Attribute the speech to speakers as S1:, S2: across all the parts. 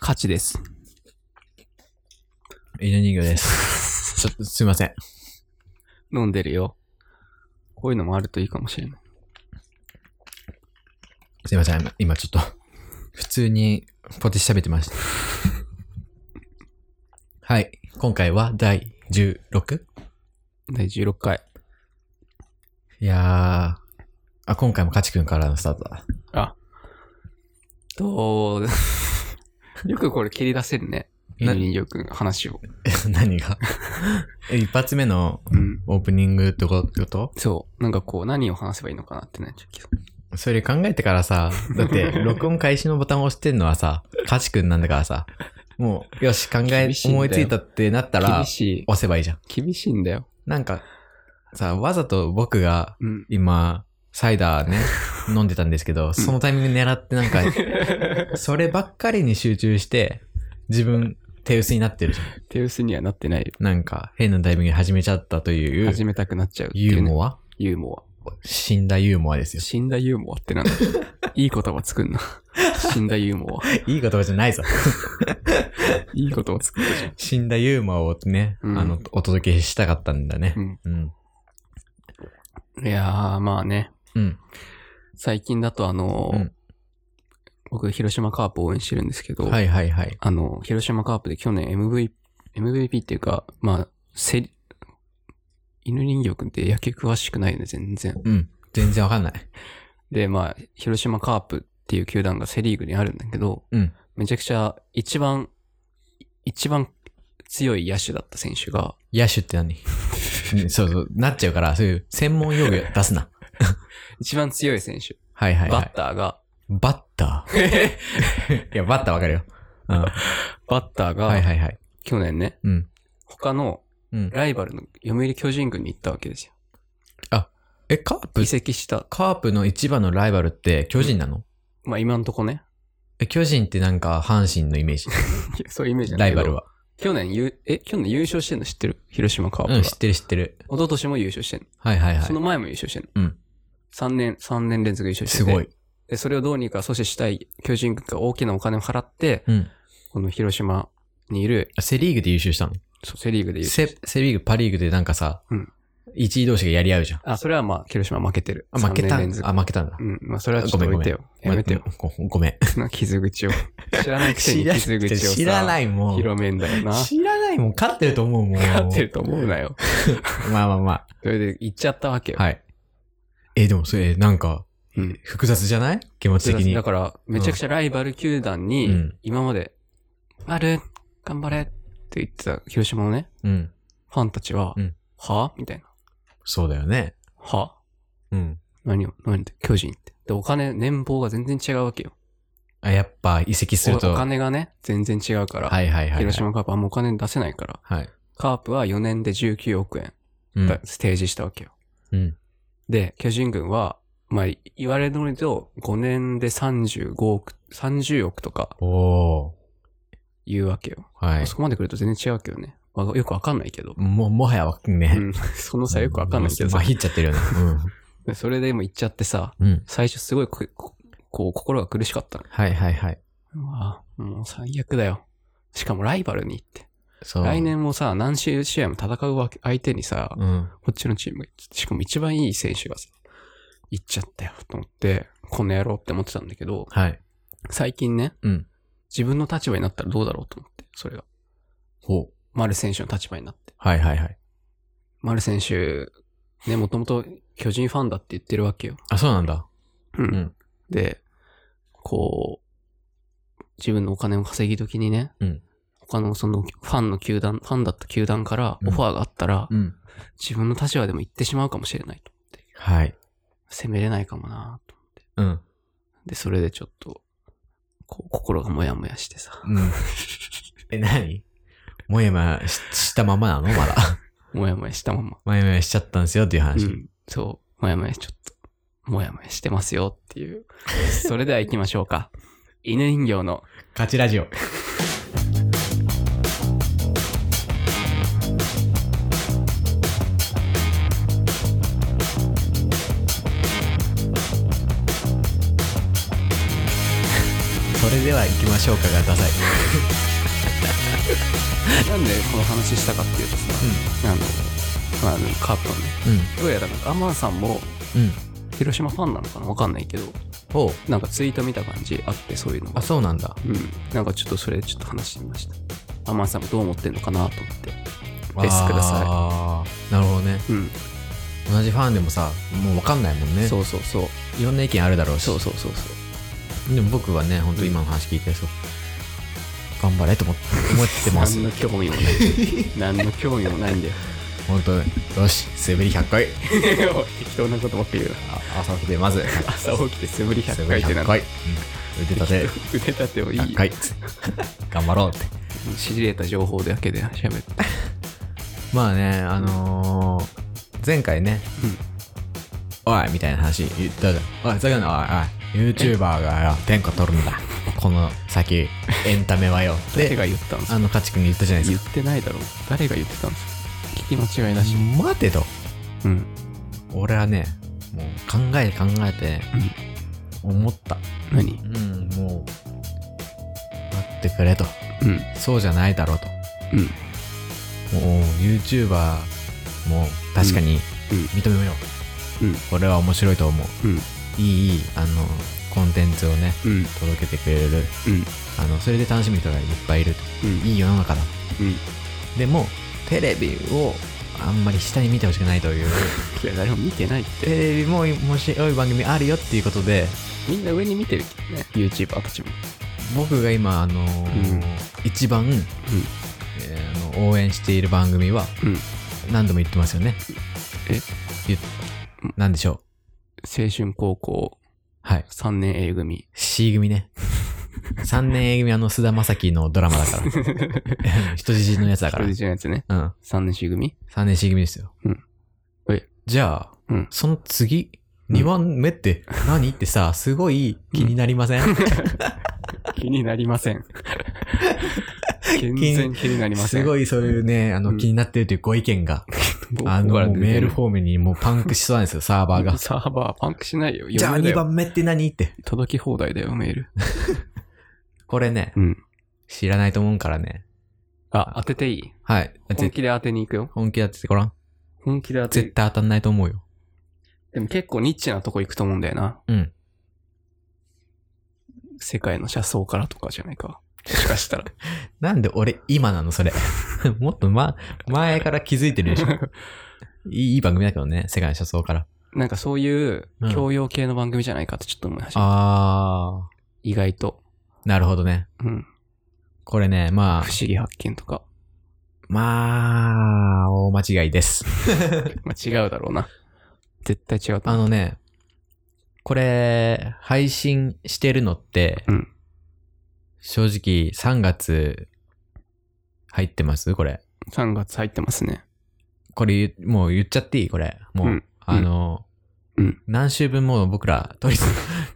S1: 勝ちです。
S2: 犬人形 です。ちょっとすいません。
S1: 飲んでるよ。こういうのもあるといいかもしれない。
S2: すいません。今今ちょっと、普通にポテチ食べて ました。はい。今回は第 16?
S1: 第16回。
S2: いやー。あ、今回もカチ君からのスタートだ。
S1: あ。どう、 よくこれ切り出せるね。
S2: な
S1: 何よく話を。
S2: 何 がえ一発目の
S1: うん。
S2: オープニングってこと
S1: そう。なんかこう、何を話せばいいのかなってなっちゃうけど。
S2: それ考えてからさ、だ って、録音開始のボタンを押してんのはさ、カチ君なんだからさ、もう、よし、考え
S1: 厳、しいんだよ
S2: 思いついたってなったら
S1: 厳、しい。
S2: 押せばいいじゃん。
S1: 厳しいんだよ。
S2: なんか、さ、わざと僕が、
S1: うん。
S2: 今、サイダ ーね、飲んでたんですけど、そのタイミング狙ってなんか、 そればっかりに集中して、自分、手薄になってるじゃん。
S1: 手薄にはなってない。
S2: なんか、変なタイミングで始めちゃったとい
S1: 始
S2: う、
S1: めたくなっちゃうってい
S2: ユ
S1: う
S2: ー
S1: ね、
S2: モア
S1: ユーモ
S2: 死んだユーモアです
S1: ア。
S2: よ。
S1: 死んだユーモアってなん だいい言葉作んな。死んだユーモア。
S2: いい言葉じゃないぞ。
S1: いい言葉作るじゃん。
S2: 死んだユーモアをね、
S1: うん
S2: あの、お届けしたかったんだね。うん。
S1: うん。いやー、まあね。
S2: うん。
S1: 最近だとあのー
S2: うん
S1: 僕、広島カープ応援してるんですけど、
S2: はいはいはい。
S1: あの、広島カープで去年 MV、MVP っていうか、まあ、セリ、犬人形くんって野球詳しくないよね、全然。
S2: うん。全然わかんない。
S1: で、まあ、広島カープっていう球団がセリーグにあるんだけど、
S2: うん
S1: めちゃくちゃ一番、一番強い野手だった選手が、
S2: 野手っ て何うんそうそう。なっちゃうから、そういう専門用語出すな。
S1: 一番強い選手、
S2: はいはい、は
S1: バッ
S2: い。
S1: ターが、
S2: バッタ ー。いや、バッターわかるよ。うん。は
S1: バッター
S2: い
S1: が、
S2: はいはい。
S1: 去年ね、
S2: うん。
S1: 他の
S2: うん。
S1: ライバルの読売巨人軍に行ったわけですよ。
S2: え、カープ
S1: 移籍した。
S2: カープの一番のライバルって巨人なの、
S1: まあ今んとこね。
S2: え、巨人ってなんか阪神のイメージ。
S1: いやそういうイメージなんだけ
S2: ライ
S1: ど
S2: バルは。
S1: 去年ゆ、え、去年優勝してんの知ってる広島カープが。
S2: うん、知ってる知ってる。
S1: 一昨年も優勝してんの。
S2: はいはいはい
S1: そ。の前も優勝してんの。
S2: うん
S1: 3年、三年連続優勝してて
S2: すごい。
S1: で、それをどうにか阻止したい巨人軍が大きなお金を払って、
S2: うん。
S1: この広島にいる、
S2: セリーグで優勝したの
S1: そうセリーグで優勝。
S2: セ、セリーグ、パリーグでなんかさ、
S1: うん
S2: 一位同士がやり合うじゃん。
S1: あ、それはまあ、広島負けてる。
S2: あ、負けた
S1: 三年連
S2: ん
S1: 続
S2: あ、負けたんだ
S1: う。ん、まあ、それはちょっと置いてよ。やめてよ。
S2: ご。ごめん。
S1: そんな傷口を。 知らないくせに傷口をさ、
S2: 知らないいもん。
S1: 広めんだよな。
S2: 知らないもん。勝ってると思うもん。
S1: 勝ってると思うなよ。
S2: まあまあま
S1: それで行っちゃったわけよ。
S2: あ。はい。えでもそれ、なんか、
S1: うん
S2: 複雑じゃない気持ち的に。
S1: だから、めちゃくちゃライバル球団に、
S2: うん
S1: 今まで、ある頑張れって言ってた広島のね、
S2: うん。
S1: ファンたちは、
S2: うん
S1: はみたいな。
S2: そうだよね。
S1: は
S2: うん。
S1: 何を何で巨人って。で、お金、年俸が全然違うわけよ。
S2: あ、やっぱ移籍す
S1: お
S2: ると。
S1: お
S2: はい
S1: 金がね、全然違うから、
S2: はいはいはい。
S1: 広島カープはあんまお金出せないから、
S2: はい。
S1: カープは4年で19億円、
S2: うん。
S1: 提示したわけよ。
S2: うん。
S1: で、巨人軍は、まあ、言われる通りと、5年で35億、30億とか
S2: おー。
S1: 言うわけよ。
S2: はい。
S1: そこまで来ると全然違うけどね。わよくわかんないけど。
S2: もう、もはやわかんね
S1: う。ん、 その差よくわかんないけどさ
S2: まあ、。ひっちゃっ てるよね。
S1: でそれでも行っちゃってさ、
S2: うん。うん。
S1: 最初すごいこここう心が苦しかったの。
S2: はいはいはい。
S1: うわぁもう最悪だよ。しかもライバルにって。
S2: そう。
S1: 来。年もさ、何試合も戦うわけ相手にさ、
S2: うん。
S1: こっちのチームが行ってしかも一番いい選手がさ、行っちゃったよと思って、この野郎って思ってたんだけど、
S2: はい。
S1: 最近ね、
S2: うん。
S1: 自分の立場になったらどうだろうと思って、それが。
S2: ほう。
S1: 丸選手の立場になって。
S2: はいはいはい。
S1: 丸選手、ね、もともと巨人ファンだって言ってるわけよ。
S2: あ、そうなんだ。
S1: うんで、こう、自分のお金を稼ぎ時にね、
S2: うん
S1: 他のそのファンの球団、ファンだった球団から
S2: うん
S1: オファーがあったら、
S2: うん。
S1: 自分の立場でも行ってしまうかもしれないと。
S2: はい。
S1: 責めれないかもなと。
S2: うん。
S1: で、それでちょっと、こう、心がもやもやしてさ、
S2: うん。え、何もやもやししたままなのまだ。
S1: もやもやしたまま。
S2: もやもやしちゃったんですよっていう
S1: う
S2: 話。
S1: ん。そう、もやもやしちょっと、もやもやしてますよっていう。それでは行きましょうか。 犬人形の
S2: 勝ちラジオ。それでは行きましょうかがダサい。
S1: なんでこの話したかっていうとさ、あの、まあ、あのカープのね、
S2: うん。うん。
S1: どうやらなんかアマンさんも
S2: うん。
S1: 広島ファンなのかなわかんないけど、
S2: ほう。
S1: なんかツイート見た感じあって、そういうのが
S2: あ、。そうなんだ。
S1: うん。なんかちょっとそれちょっと話してみました。アマンさんもどう思ってんのかなと思って。レスください
S2: あーなるほどね。
S1: うん。
S2: 同じファンでもさ、もう分かんないもんね。
S1: そうそうそう。
S2: いろんな意見あるだろうし。
S1: そうそうそうそう。
S2: でも僕はね、本当今の話聞いて、そう。頑張れと思って思ってます
S1: 何。の興味もない。 何の興味もないんだよ。
S2: 本当よし、滑り100回。
S1: 適当なことばっかり言うな。
S2: あ朝起きて、まず、
S1: 朝起きて素振り100
S2: 滑
S1: 回
S2: り
S1: ってな
S2: 100
S1: ん
S2: 回。
S1: だ
S2: うん腕立て
S1: 腕立てもいい
S2: 100回。頑張ろうって。
S1: 知り得た情報だけで喋って
S2: まあね、あのー、前回ね、おいみたいな話言ったじゃん。おい、ふざけんな、おい、おい、YouTuber がよ、天下取るんだ。この先、エンタメ はよ。
S1: 誰が
S2: で、
S1: 言ったんです
S2: あ
S1: か
S2: の、カチ君言ったじゃないで
S1: 言
S2: す
S1: っ
S2: か。
S1: てないだろう誰が言ってたんですか聞き間違いだし
S2: 待てと。
S1: うん
S2: 俺はね、もう考えて考えて、思った。
S1: 何
S2: うん、もう、待ってくれと。
S1: うん
S2: そうじゃないだろうと。
S1: うん
S2: もう、YouTuber も確かに
S1: うん
S2: 認めよう。
S1: うん
S2: これは面白いと思う。
S1: うん
S2: いいいいあのコンテンツをね
S1: うん
S2: 届けてくれる
S1: うん
S2: あのそれで楽しむ人がいっぱいいる
S1: うん
S2: いい世の中だ
S1: うん
S2: でもテレビをあんまり下に見てほしくないと いう
S1: いや誰も見てないって
S2: テレビも面白い番組あるよっていうことで
S1: みんな上に見てるけどね YouTuber たちも
S2: 僕が今あのー
S1: うん
S2: 一番、えーあの応援している番組は
S1: うんうん
S2: 何度も言ってますよね
S1: え
S2: 言っ何でしょう
S1: 青春高校
S2: はい
S1: 3年 A 組
S2: C 組ね3年 A 組あの菅田将暉のドラマだから 人質のやつだ
S1: そ
S2: か
S1: れ
S2: ら
S1: でのやつね
S2: うん
S1: 3年 C 組
S2: 3年 C 組ですよ。
S1: うんえ
S2: じゃあ、
S1: うん
S2: その次、2番目って何ってさ、すごい気になりません、
S1: 気になりませ ん全然気になりません
S2: すごいそういうね、あの、
S1: うん
S2: 気になってるというご意見が、
S1: 僕
S2: あの、
S1: から
S2: も
S1: 出
S2: う
S1: てる
S2: メールフォームにもうパンクしそうなんです よ、サーバーが。
S1: サーバーパンクしないよ
S2: じゃあ
S1: 嫁だ
S2: 2
S1: よ
S2: 番目って何って。
S1: 届き放題だよメール
S2: これね、
S1: うん
S2: 知らないと思うからね。
S1: あ、当てていい
S2: はい。
S1: 本
S2: ぜ
S1: 気で当てに行くよ。
S2: 本気でやっててごらん。
S1: 本気で当て
S2: 絶
S1: る。
S2: 対当たんないと思うよ。
S1: でも結構ニッチなとこ行くと思うんだよな。
S2: うん。
S1: 世界の車窓からとかじゃない か。もしかしたら。
S2: なんで俺今なの それ。もっとま、前から気づいてるでし ょ。いいいい番組だけどね、世界の車窓から。
S1: なんかそういう
S2: うん
S1: 教養系の番組じゃないかってちょっと思いました。
S2: あ
S1: 意外と。
S2: ー、なるほどね。
S1: うん。
S2: これね、まあ
S1: 不、思議発見と か。
S2: まあ、大間違いです。
S1: まあ違うだろうな。絶対違うと
S2: あ
S1: 思う。
S2: のね、これ、配信してるのって、
S1: うん
S2: 正直3月入ってますこれ。
S1: 3月入ってますね。
S2: これ言う、もう言っちゃっていいこれ。もう、
S1: うん
S2: あの、
S1: うん
S2: 何週分も僕ら 取り、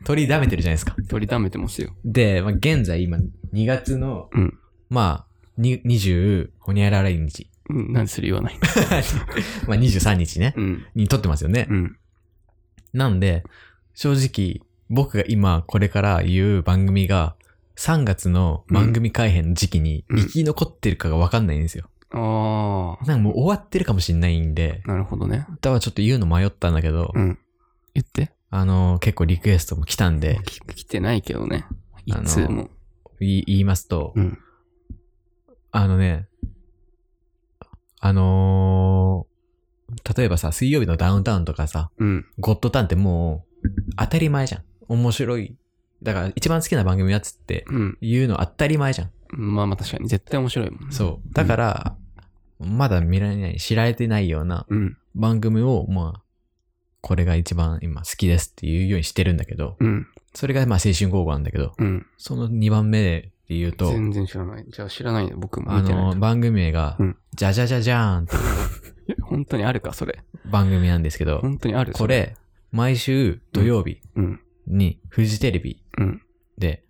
S2: 取りだめてるじゃないですか。
S1: 取りためてますよ。
S2: で、まあ、現在今、2月の、
S1: うん
S2: まあ、に20、ほにゃららい日。
S1: うん。何する言わない。
S2: まあ、23日ね
S1: う。ん。
S2: に撮ってますよね。
S1: うん。
S2: なんで、正直、僕が今これから言う番組が、3月の番組改編の時期に
S1: うん
S2: 生き残ってるかがわかんないんですよ。
S1: あ
S2: なんかもう終わってるかもしんないんで
S1: ー。、なるほどね。
S2: だからちょっと言うの迷ったんだけど、
S1: うん。言って。
S2: あの、結構リクエストも来たんで、
S1: き来てないけどね。いつも。
S2: い言いますと、
S1: うん。
S2: あのね、あのー例えばさ、水曜日のダウンタウンとかさ、
S1: うん。
S2: ゴッドタンってもう当たり前じゃん。面白い。だから一番好きな番組だっつって
S1: うん。
S2: 言うの当たり前じゃん。
S1: まあまあ確かに絶対面白いもん、ね。
S2: そう。だから、まだ見られない、知られてないような
S1: う。うん。
S2: 番組を、まあ、これが一番今好きですっていうようにしてるんだけど、
S1: うん。
S2: それがまあ青春高校なんだけど、
S1: うん。
S2: その2番目で言うと、
S1: 全然知らない。じゃあ知らないね。僕も
S2: あ
S1: 見てない
S2: の、。番組名が
S1: うん、
S2: じゃじゃじゃじゃーんって
S1: 本当にあるか、それ。
S2: 番組なんですけど、
S1: 本当にある。
S2: こ。れ、毎週土曜日
S1: うん。
S2: にフジテレビ
S1: うん。
S2: で、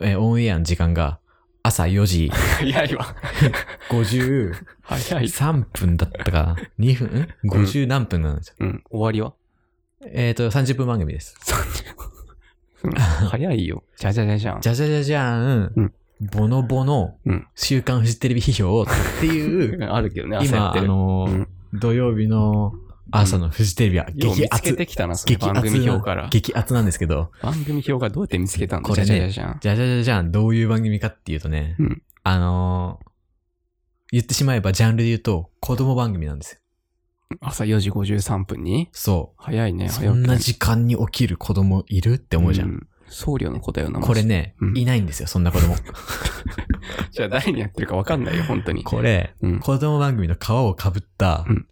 S2: えーオンエアの時間が朝4時
S1: 早いわ。
S2: 53
S1: 早い。
S2: 分だった かな ?2 分ん ?50 何分なんですよ。
S1: うん。終わりは
S2: えっ、と、30分番組です。
S1: ?30 分。うん早いよ。じゃじゃじゃじゃん。
S2: じゃじゃじゃじゃん、
S1: うん
S2: ボノボの
S1: うん、
S2: 週刊フジテレビ批評っていう
S1: あるけどね、焦っ
S2: 今、
S1: て
S2: あ
S1: る。
S2: のー
S1: うん
S2: 土曜日の朝のフジテレビは
S1: よう
S2: 激
S1: 見つけ
S2: 熱、
S1: てきたな、それ
S2: 激
S1: 番組
S2: 熱
S1: 表か
S2: な
S1: ら、。
S2: 激熱なんですけど、
S1: 番組表からどうやって見つけたんだ
S2: これね
S1: じゃじゃじゃじゃん。
S2: じゃじゃじゃじゃん、どういう番組かっていうとね、
S1: うん
S2: あのー言ってしまえばジャンルで言うと子供番組なんですよ。
S1: 朝4時53分に
S2: そ
S1: 早いね、
S2: う。
S1: 早
S2: そ
S1: 起
S2: ん
S1: き
S2: な時間に起きる子供いるって思うじゃん。
S1: ん。僧侶の子だよな、マジ
S2: これ。ね、
S1: うん
S2: いないんですよ、そん な子供。
S1: じゃあ誰にやってるかわかんないよ、本当に。
S2: これ、
S1: うん。
S2: 子供番組の皮をかぶった、
S1: うん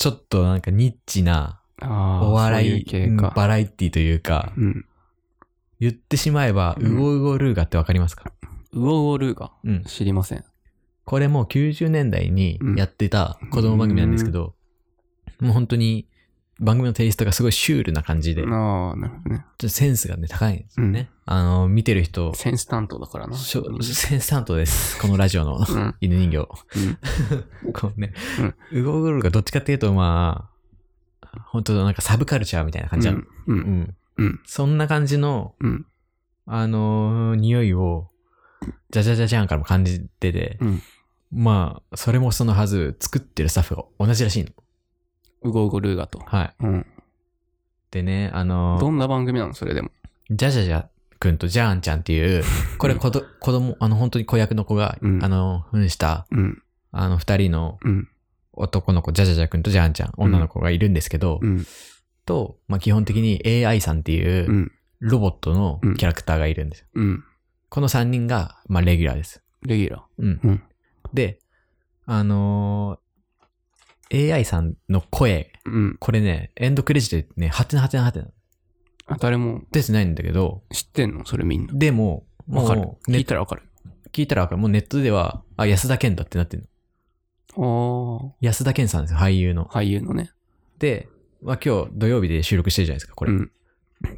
S2: ちょっとなんかニッチな
S1: ああ、
S2: お笑
S1: そう
S2: い
S1: いう系
S2: うん
S1: か。
S2: バラエティというか、
S1: うん。
S2: 言ってしまえば、
S1: う
S2: ウ
S1: ん
S2: ゴウゴルーガってわかりますか、
S1: ウオウオルーが
S2: うん、
S1: 知りません。
S2: これも90年代にやってた子供番組なんですけど、もう本当に番組のテイストがすごいシュールな感じで、ちょっ
S1: ああ、なるほどね。
S2: とセンスがね、高いんですよね。
S1: うん
S2: あの、見てる人、
S1: センス担当だからな。
S2: しょセンス担当です。このラジオの
S1: うん。
S2: 犬人形。
S1: うん
S2: こうね、ウゴウゴルーガどっちかっていうと、まあ、本当なんかサブカルチャーみたいな感じなの。
S1: う。
S2: うんん。
S1: うん
S2: そんな感じの、
S1: うん。
S2: あのー匂いを、じゃじゃじゃじゃんからも感じてて、
S1: うん
S2: まあ、それもそのはず、作ってるスタッフが同じらしいの。
S1: ウゴウゴルーガと。
S2: はい。
S1: うん。
S2: でね、あの
S1: ど
S2: ー
S1: んな番組なのそれでも。
S2: じゃじゃじゃくんとじゃーんちゃんって いう、これ子ど、子供、あの、本当に子役の子が、
S1: うん
S2: あの、扮した、
S1: うん。
S2: あの、二人の
S1: うん。
S2: 男の子、じゃじゃじゃくんとじゃーんちゃん、
S1: ん
S2: 女の子がいるんですけど、
S1: うん。
S2: と、まあ、基本的に AI さんっていうう、
S1: ん。
S2: ロボットのキャラクターがいるんですよ。
S1: うん。
S2: この三人が、まあ、レギュラーです。
S1: レギュラ
S2: うん。
S1: うん
S2: で、あのー AI さんの声、
S1: ー。うん。
S2: これね、エンドクレジットでね、はてなはてなはてな。
S1: あ、誰も
S2: 出てないんだけど、
S1: 知ってんのそれみんな。
S2: でも、も
S1: わかる
S2: う。
S1: 聞
S2: ね
S1: いたらわかる。
S2: 聞いたらわかる。もうネットでは、あ、安田健だってなってる
S1: あ
S2: の。
S1: あ。
S2: 安田健さんですよ、俳優の。
S1: 俳優のね。
S2: で、まあ今日土曜日で収録してるじゃないですか、こ
S1: う
S2: れ。
S1: ん。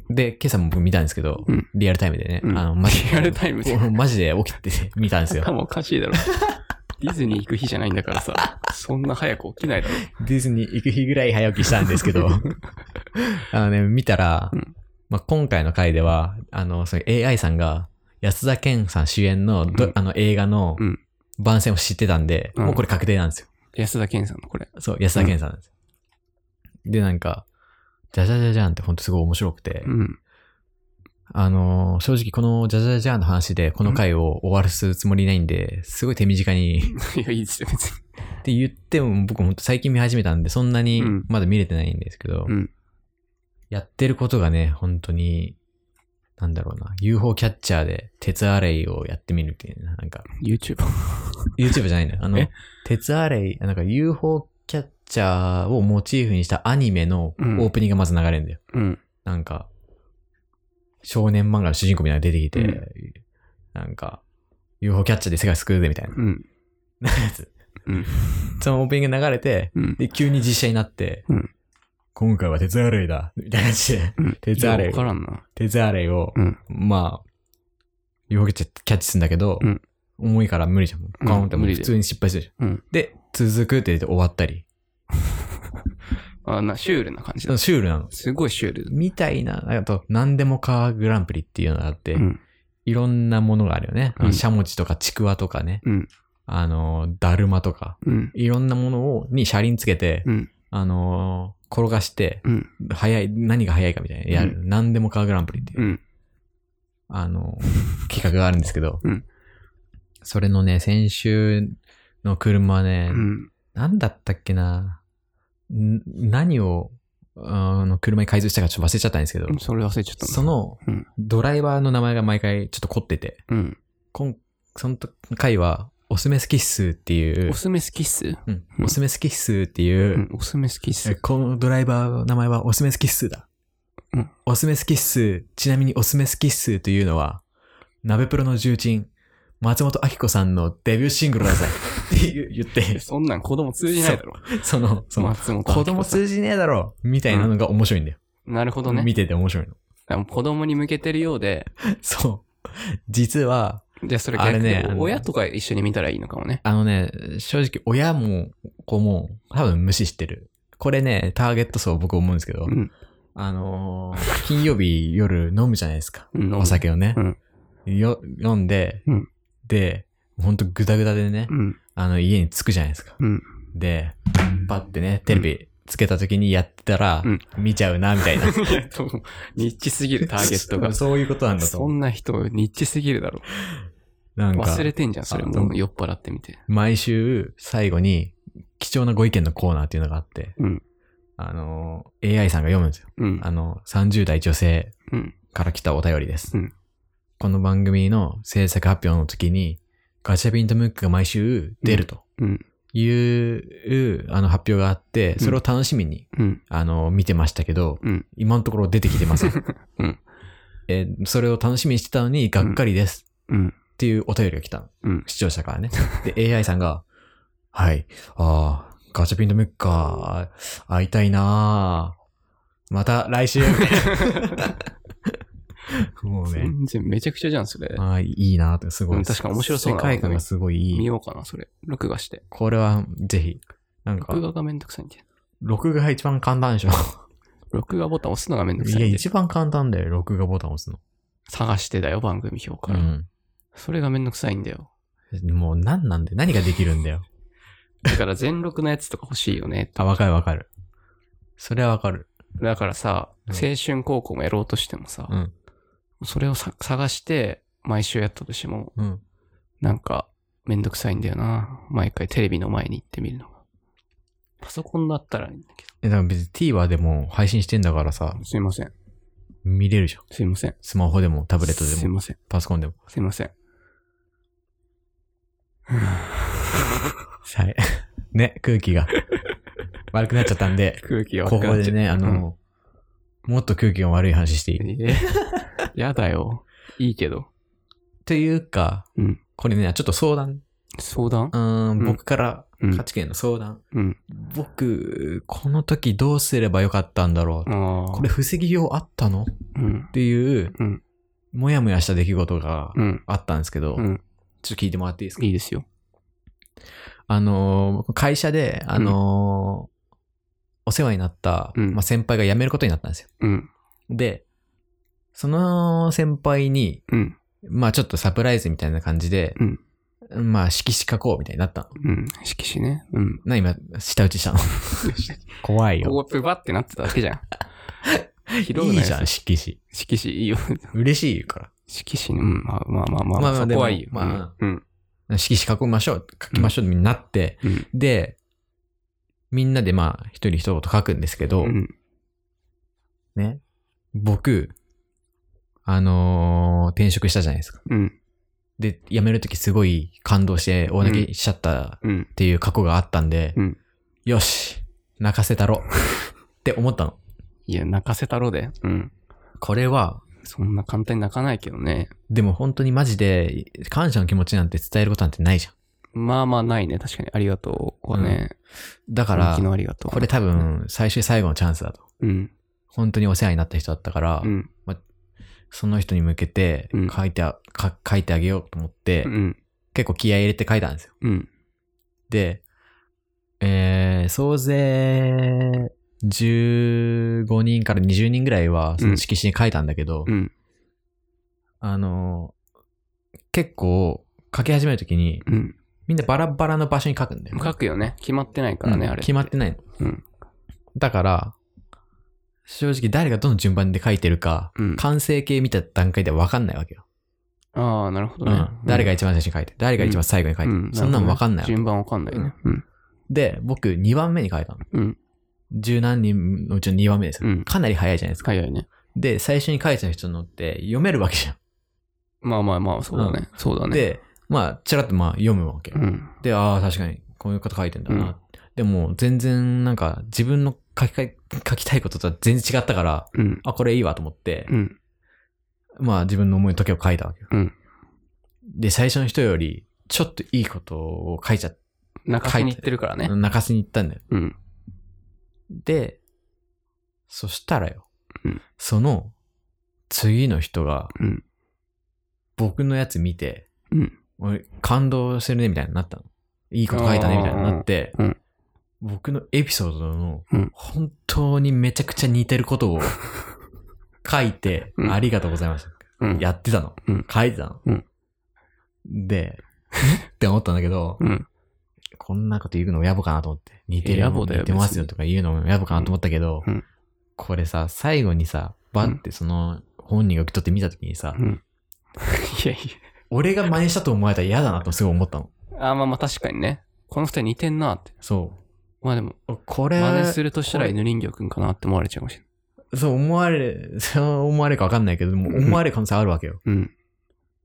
S2: で、今朝も僕見たんですけど、
S1: うん
S2: リアルタイムでね、
S1: うん
S2: あの、マジで。
S1: リアルタイムで
S2: 俺 マジで起きてて見たんですよ。
S1: 頭おかしいだろ。 ディズニー行く日じゃないんだからさ。そんな早く起きないだろ。
S2: ディズニー行く日ぐらい早起きしたんですけ ど、あのね、見たら、
S1: うん
S2: まあ、今回の回では、あの、その AI さんが、安田健さん主演のど、
S1: うん
S2: あの映画の
S1: うん
S2: 番宣を知ってたんで、
S1: うん
S2: もうこれ確定なんですよ。
S1: 安田健さんのこれ。
S2: そう、安田健さんなんですよ。で、なんか、じゃじゃじゃじゃんってほんとすごい面白くて、
S1: うん。
S2: あのー正直このじゃじゃじゃんの話でこの回を終わらすつもりないんで、すごい手短に
S1: いや、いいですよ、別に。
S2: って言っても僕も最近見始めたんでそんなに
S1: うん
S2: まだ見れてないんですけど、
S1: うん
S2: やってることがね本当になんだろうな UFO キャッチャーで鉄アレイをやってみるっていうねなんか
S1: YouTuber。
S2: YouTube じゃないんだよあの
S1: え
S2: 鉄アレイなんか UFO キャッチャーをモチーフにしたアニメのオ
S1: うん
S2: ープニングがまず流れるんだよ、
S1: うん。
S2: なんか少年漫画の主人公みたいなのが出てきて、
S1: うん
S2: なんか UFO キャッチャーで世界救うぜみたいな
S1: うん。
S2: やつ
S1: うん。
S2: そのオープニングが流れて
S1: うん。
S2: で、急に実写になって、
S1: うん
S2: 今回は鉄アレイだ、みたいな感じで、
S1: うん
S2: 鉄アレ
S1: い
S2: イ
S1: やわからんな。
S2: 鉄アレイを、
S1: うん
S2: まあ、よけちゃキャッチするんだけど、
S1: うん
S2: 重いから無理じゃん。ガーンってもう
S1: 無理
S2: 普
S1: で
S2: 通に失敗するじゃん。
S1: うん
S2: で、続くって言って終わったり。
S1: あな、シュールな感じ
S2: シ
S1: だ。
S2: ュールなの。
S1: すごいシュールだ。
S2: みたいな、あと、なんでもかグランプリっていうのがあって、
S1: うん。
S2: いろんなものがあるよね。あ
S1: う
S2: の
S1: ん
S2: しゃもじとかちくわとかね、
S1: うん。
S2: あの、だるまとか、
S1: うん。
S2: いろんなものを、に車輪つけて、
S1: うん。
S2: あのー転がして、
S1: うん。
S2: 早い、何が早いかみたいな、やる。何でもカーグランプリっていう、
S1: うん。
S2: あの、 企画があるんですけど、
S1: うん
S2: それのね、先週の車はね、
S1: うん。
S2: 何だったっけな、ん何を、あの、車に改造したかちょっと忘れちゃったんですけど、
S1: それ忘れちゃったな
S2: そ、の
S1: うん、
S2: ドライバーの名前が毎回ちょっと凝ってて、
S1: うん。
S2: こんその回は、おすめスキッスっていう
S1: お、すめスキッス
S2: うん
S1: うん
S2: おすめスキッスっていう、
S1: うん。おすめスキッ
S2: え
S1: ス。
S2: このドライバーの名前はオスメスキッスーだ。
S1: うん
S2: オスメスキッスー、ちなみにオスメスキッスーというのは、鍋プロの重鎮、松本明子さんのデビューシング ルだぜ。っていう言って、
S1: そんなん子供通じないだろ。
S2: その、その、
S1: 松本明子さん
S2: 子供通じねえだろみたいなのが面白いんだよ。
S1: なるほどね。
S2: 見てて面白いの。
S1: でも子供に向けてるようで、
S2: そう。実は、
S1: じゃあそれ
S2: あれ
S1: 逆に
S2: ねあの
S1: 親とか一緒に見たらいいのかもね。
S2: あのね、正直親も子も多分無視してる。これね、ターゲット層僕思うんですけど、
S1: うん。
S2: あのー金曜日夜飲むじゃないですか。
S1: うん
S2: お酒をね
S1: う。ん。
S2: よ、飲んで
S1: うん、
S2: で、ほんとグダグダでね
S1: う、ん。
S2: あの、家に着くじゃないですか。
S1: うん。
S2: で、パッてね、テレビつけた時にやってたら
S1: うん、
S2: 見ちゃうな、みたいな。
S1: いやと思う ニッチすぎる ターゲットが。
S2: そういう ことなんだと
S1: そ
S2: 思う。
S1: んな人、ニッチすぎるだろ。
S2: なんか
S1: 忘、れてんじゃん、それ。
S2: あ
S1: もう酔っ払ってみて。
S2: 毎週最後に、貴重なご意見のコーナーっていうのがあって、
S1: うん。
S2: あのー、AI さんが読むんですよ。
S1: うん。
S2: あの、30代女性
S1: うん
S2: から来たお便りです。
S1: うん
S2: この番組の制作発表の時に、ガチャビンとムックが毎週出ると
S1: うん。
S2: いう、あの発表があって、それを楽しみに、
S1: うん。
S2: あの、見てましたけど、
S1: うん
S2: 今のところ出てきてません。
S1: うん
S2: えーそれを楽しみにしてたのに、がっかりです。
S1: うん。
S2: っていうお便りが来たの。
S1: うん
S2: 視聴者からね。で、AI さんが、はい、ああ、ガチャピンとムックか、会いたいなあまた 来週もうね、
S1: 全然めちゃくちゃじゃん、それ。
S2: ああ、いいなあって、すご
S1: う
S2: い。
S1: ん確かに面白そうな
S2: 世界観がすごいい
S1: 見
S2: い。
S1: ようかな、それ。録画して。
S2: これは、ぜひ。なんか
S1: 録、画がめんどくさいんで。
S2: 録画が一番簡単でしょ。
S1: 録画ボタン押すのがめんどく
S2: い
S1: さ
S2: や、
S1: いんで。
S2: 一番簡単だよ、録画ボタン押すの。
S1: 探してだよ、番組表から。それがめんどくさいんだよ。
S2: うん。もう何なんで、何ができるんだよ。
S1: だから全録のやつとか欲しいよね。
S2: あ、わかるわかる。それはわかる。
S1: だからさ、
S2: うん
S1: 青春高校もやろうとしてもさ、
S2: うん
S1: それをさ探して、毎週やったとしても、
S2: うん。
S1: なんか、めんどくさいんだよな。毎回テレビの前に行ってみるのが。パソコンだったらいいんだけ
S2: え、だから別に TVer でも配信してんだからさ
S1: ど。、すいません。
S2: 見れるじゃん。
S1: すいません。
S2: スマホでも、タ
S1: タ
S2: ブレット
S1: す
S2: で
S1: い
S2: も、
S1: ません。
S2: パソコンでも。
S1: すいません。
S2: はい。 ね、空気が悪くなっちゃったん で、
S1: 空気が悪
S2: こ
S1: くな
S2: こ
S1: っちゃ
S2: で
S1: う
S2: ね、あ、の、もっと空気が悪い話していい。
S1: うんえー やだよ。いいけど。
S2: というか、
S1: うん
S2: これね、ちょっと相談。
S1: 相談
S2: うー
S1: うん
S2: ん、僕から、
S1: うん
S2: 価値圏の相談。
S1: うん。
S2: 僕、この時どうすればよかったんだろう。
S1: ああ。
S2: これ、防ぎようあったのっ
S1: うん。
S2: ていう
S1: うん、
S2: もやもやした出来事が
S1: うん。
S2: あったんですけど、
S1: うん。
S2: ちょっと聞いてもらっていいですか
S1: いいですよ。
S2: あのー会社で、あのーお世話になった、
S1: うん
S2: まあ、先輩が辞めることになったんですよ。
S1: うん。
S2: で、その先輩に、
S1: うん。
S2: まあちょっとサプライズみたいな感じで、まあ色紙書こうみたいになったの。
S1: うん。色紙ね。うん。
S2: な、今、下打 ちしたの。怖い
S1: こ
S2: よ。
S1: こプバってなってただけじゃん。 拾うないよ
S2: いじゃん、色紙。
S1: 色紙いいよ。
S2: 嬉しいか
S1: 色紙ね。うん。まあまあまあまあ。
S2: まあまあ
S1: そ
S2: で
S1: こ
S2: も
S1: はいいよ。
S2: ま
S1: うん。うん
S2: ら。色紙書きましょう、書きましょうになって、
S1: うん
S2: で、みんなでまあ一人一言書くんですけど、
S1: うん。
S2: ね、僕、あのー転職したじゃないですか。
S1: うん。
S2: で、辞めるときすごい感動して大泣きしちゃったっ
S1: うん。
S2: ていう過去があったんで、
S1: うん
S2: よし、泣かせたろって思ったの。
S1: いや、泣かせたろで。うん。
S2: これは、
S1: そんな簡単に泣かないけどね。
S2: でも本当にマジで感謝の気持ちなんて伝えることなんてないじゃん。
S1: まあまあないね。確かに。ありがとうはね。
S2: だか
S1: 本
S2: ら
S1: 気、のありがとう。
S2: これ多分最終最後のチャンスだと。
S1: うん。
S2: 本当にお世話になった人だったから、
S1: うん。
S2: その人に向けて
S1: うん
S2: 書いてあ、か書いてあげようと思って、
S1: うん。
S2: 結構気合い入れて書いたんですよ。
S1: うん。
S2: で、えー、総勢15人から20人ぐらいは、その色紙に書いたんだけど、
S1: うん。
S2: あのー結構、書き始めるときに、
S1: うん。
S2: みんなバラバラの場所に書くんだよ。
S1: 書くよね。決まってないからね、
S2: うん
S1: あれ。
S2: 決まってないの。
S1: うん
S2: だから、正直誰がどの順番で書いてるか、
S1: うん。
S2: 完成形見た段階でわかんないわけよ。
S1: ああ、なるほど
S2: う
S1: ね
S2: ん。誰が
S1: い
S2: 一番最初に書いてる、誰が一番最後に書いてる、そんなんわかんないわけ。
S1: 順番わかんないね。うん。
S2: で、僕2番目に書いたの。
S1: うん。
S2: 十何人のうちの2番目ですよ。
S1: うん
S2: かなり早いじゃないですか。
S1: 早いね。
S2: で、最初に書いた人のって読めるわけじゃん。
S1: まあまあまあ、そうだね。そうだね。、
S2: で、まあ、ちらっとまあ読むわけ。
S1: うん。
S2: で、ああ、確かに、こういうこと書いてんだな。
S1: うん
S2: でも、全然なんか自分の書きかえ書きたいこととは全然違ったから、
S1: うん。
S2: あ、これいいわと思って、
S1: うん。
S2: まあ自分の思いの時を書いたわけよ。
S1: うん
S2: で、最初の人より、ちょっといいことを書いちゃっ
S1: 泣かせに行ってるから
S2: て、
S1: ね。
S2: 泣かせに行ったんだよ。
S1: うん。
S2: で、そしたらよ、
S1: うん
S2: その、次の人が、
S1: うん。
S2: 僕のやつ見て、
S1: うん
S2: 俺感動してるねみたいになったの。いいこと書いたねみたいになって、
S1: うん
S2: 僕のエピソードの
S1: うん、
S2: 本当にめちゃくちゃ似てるこ とを書いて、
S1: うん
S2: ありがとうございました。
S1: うん。
S2: やってたの
S1: うん。
S2: 書いてたの
S1: うん。
S2: で、 って思ったんだけど、
S1: うん。
S2: こんなこと言うのやぼかなと思って。似てる
S1: 野暮だよ
S2: 似てますよとか言うのもやぼかなと思ったけど、
S1: うんうん
S2: これさ、最後にさ、バッてその本人が受け取って見た時にさ、
S1: うん。 いやい
S2: 俺が真似したと思われたら嫌だなとすごい思ったの。
S1: や。あー、まあまあ確かにね。この二人似てんなって。
S2: そ
S1: まあでも、
S2: う。これ
S1: 真似するとしたら
S2: これ
S1: 犬人形くんかなって思われちゃうかもしれ
S2: そう思われ、そう思われるかわかんないけど、で も
S1: うん
S2: 思われる可能性あるわけよ。
S1: ない。うん。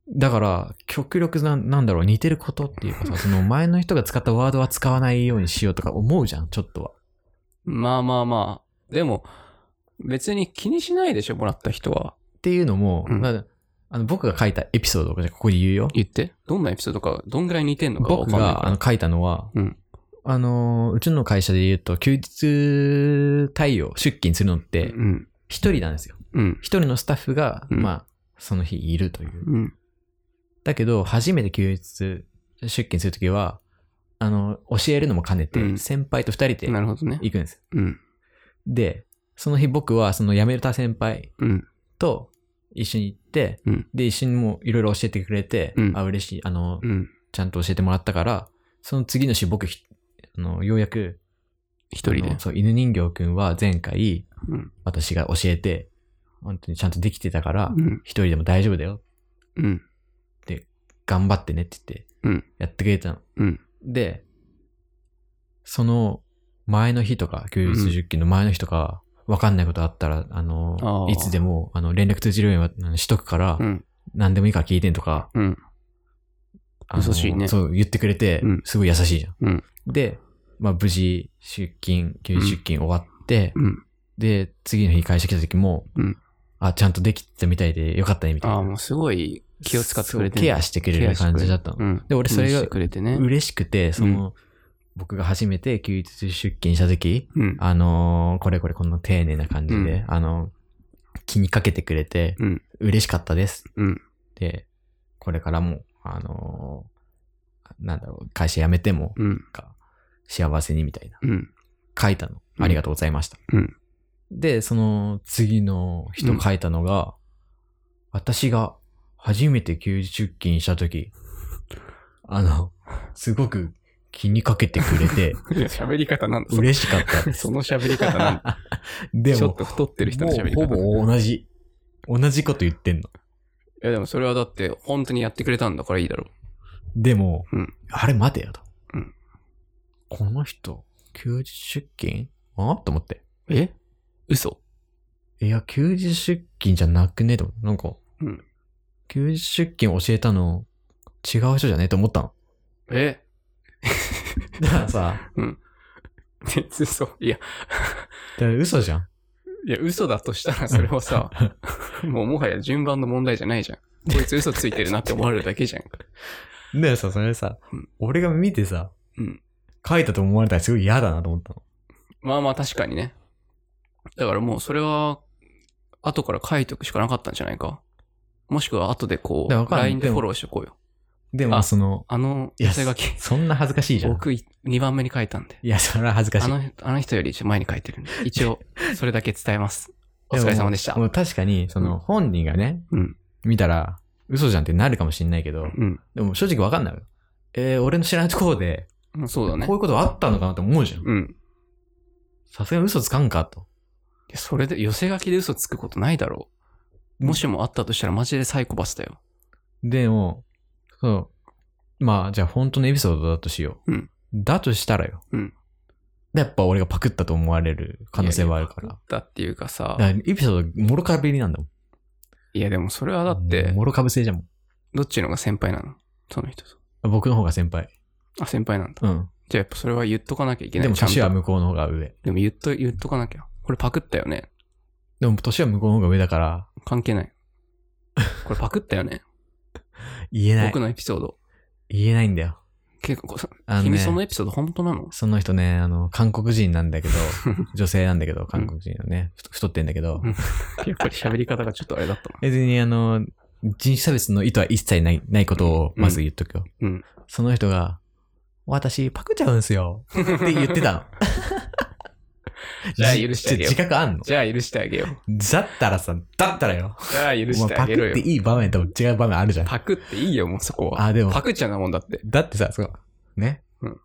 S2: だから、極力な、なんだろう、似てることっていう かさ、その前の人が使ったワードは使わないようにしようとか思うじゃん、ちょっとは。
S1: まあまあまあ。でも、別に気にしないでしょ、もらった人は。
S2: っていうのも、
S1: うん
S2: まああの僕が書いたエピソードをじゃあここで言うよ。
S1: 言って。どんなエピソードか、どんぐらい似てんのかわ
S2: 僕
S1: かんないか
S2: が
S1: ら。
S2: あの書いたのは、
S1: うん
S2: あの、うちの会社で言うと、休日対応、出勤するのって、
S1: うん。
S2: 一人なんですよ。
S1: うん。
S2: 一人のスタッフが、
S1: うん
S2: まあ、その日いるという。
S1: うん。
S2: だけど、初めて休日出勤するときは、あの、教えるのも兼ねて、
S1: うん
S2: 先輩と二人で
S1: なるほどね。
S2: 行くんですよ。
S1: うん。
S2: で、その日僕は、その辞めた先輩
S1: うん。
S2: と一緒に行って、
S1: うん
S2: で、一緒にもいろいろ教えてくれて、
S1: うん
S2: あ、嬉しい、あの、
S1: うん。
S2: ちゃんと教えてもらったから、その次の週僕ひ、あの、ようやく、
S1: 一人
S2: あ
S1: で
S2: の。そう、犬人形くんは前回、
S1: うん。
S2: 私が教えて、本当にちゃんとできてたから、
S1: うん。
S2: 一人でも大丈夫だよ。
S1: うん。
S2: 頑張ってねって言って、
S1: うん
S2: やってくれたの。
S1: うん。
S2: で、その、前の日とか、休日出勤の前の日とか、わかんないことあったら、あの、
S1: あー
S2: いつでも、あの、連絡通じるようにはあのしとくから、
S1: うん。
S2: 何でもいいから聞いてんとか、
S1: うん。
S2: あの
S1: 優しいね
S2: そう、言ってくれて
S1: うん、
S2: すごい優しいじゃん。
S1: うん
S2: で、まあ、無事、出勤、休日出勤終わって、
S1: うん。
S2: で、次の日会社来た時も、
S1: うん
S2: あ、ちゃんとできてたみたいでよかったね、みたい
S1: あ
S2: な。
S1: あ、もうすごい気を使ってくれて
S2: そうケアしてくれる感じだったの。
S1: の。
S2: で俺それ
S1: 気に
S2: が
S1: してくれてね。
S2: 嬉しくて、その、僕が初めて休日出勤した時、
S1: うん。
S2: あのーこれこれこんな丁寧な感じで、
S1: うん
S2: あの気にかけてくれて、
S1: うん
S2: 嬉しかったです。
S1: うん。
S2: で、これからも、あのーなんだろう、会社辞めても、
S1: うん。
S2: か幸せにみたいな。
S1: うん。
S2: 書いたの。
S1: うん
S2: ありがとうございました。
S1: うん
S2: で、その次の人書いたのが、私が初めて休日出勤した時、あの、すごく気にかけてくれて、
S1: 喋り方なんだ
S2: 嬉しかったで
S1: そ
S2: す。
S1: その喋り方なんだ。
S2: で
S1: ちょ
S2: も
S1: っ、と太ってる人の
S2: も
S1: 喋
S2: う
S1: り方。
S2: ほ
S1: い
S2: ぼ同じ。同じこと言ってんの。
S1: やでもそれはだって本当にやってくれたんだからいいだろ
S2: でも、
S1: うん
S2: あれ待てよと。
S1: うん
S2: この人、休日出勤あと思って。
S1: う。え嘘
S2: いや、休日出勤じゃなくねと思って。なんか、
S1: うん
S2: 休日出勤教えたの、違う人じゃねえと思ったの。
S1: え
S2: だからさ、
S1: 嘘いや、
S2: だから嘘じゃん。
S1: いや嘘だとしたらそれは さ、もうもはや順番の問題じゃないじゃん。こいつ嘘ついてるなって思われるだ けじゃん。
S2: だからさ、それさ、
S1: うん
S2: 俺が見てさ、
S1: うん
S2: 書いたと思われたらすごい嫌だなと思ったの。
S1: まあまあ確かにね。だからもうそれは、後から書いておくしかなかったんじゃないか。もしくは後でこ
S2: いやわ
S1: う、
S2: かんない
S1: LINE でフォローしておこうよ。
S2: でも、
S1: あ
S2: その、
S1: あの、
S2: いや
S1: 寄せ書き、
S2: そんな恥ずかしいじゃん。
S1: 僕2番目に書いたんで。
S2: いや、それは恥ずかし
S1: あ
S2: い。
S1: の、あの人より一応前に書いて るんで。一応、それだけ伝えます。お疲れ様でした
S2: も。う確かに、その、本人がね、
S1: うん
S2: 見たら、嘘じゃんってなるかもしんないけど、
S1: うん。
S2: でも正直わかんないよ。えー、俺の知らないところで、
S1: まあそうだね
S2: こうい。うことあったのかなって思うじゃん。
S1: うん。
S2: さすがに嘘つかんかと。
S1: いやそれで、寄せ書きで嘘つくことないだろう。もしもあったとしたらマジでサイコパスだよ。
S2: でも、そう。まあ、じゃあ本当のエピソードだとしよう。
S1: うん
S2: だとしたらよ。
S1: うん
S2: やっぱ俺がパクったと思われる可能性はあるから。
S1: だったっていうかさ
S2: だか、らエピソード、もろかぶりなんだもん。
S1: いやでもそれはだって、
S2: もろかぶせじゃんもん。
S1: どっちのが先輩なのその人と。
S2: 僕の方が先輩。
S1: あ、先輩なんだ。
S2: うん。
S1: じゃあやっぱそれは言っとかなきゃいけない。
S2: でも
S1: ちゃんと
S2: 年は向こうの方が上。
S1: でも言っと、言っとかなきゃ。これパクったよね。
S2: でも年は向こうの方が上だから、
S1: 関係 ない。これパクったよね。
S2: 言えない
S1: 僕。のエピソード。
S2: 言えないんだよ。
S1: 結構さ、
S2: あのね
S1: 君そのエピソード本当なの
S2: その人ね、あの、韓国人なんだ けど、女性なんだけど、韓国人のね、ふ太ってんだけど
S1: う、んやっぱり喋り方がちょっとあれだったな。
S2: 別にあの、人種差別の意図は一切ない、ないことをまず言っとくよ。
S1: うんうん
S2: その人が、私、パクちゃうんすよ。って言ってたの。
S1: じゃあ許してあげよう
S2: 自覚あんの
S1: じゃあ許してあげよう。
S2: だったらさ、だったらよ。
S1: じゃあ許
S2: お
S1: して
S2: 前
S1: あ
S2: パ
S1: げろ
S2: クっ
S1: よ
S2: て。いい場面とも違う場面あるじゃん。
S1: パクっていいよ、もうそこは。
S2: あ、でも、
S1: パクっちゃなもんだって。
S2: だってさ、そう。ね。
S1: うん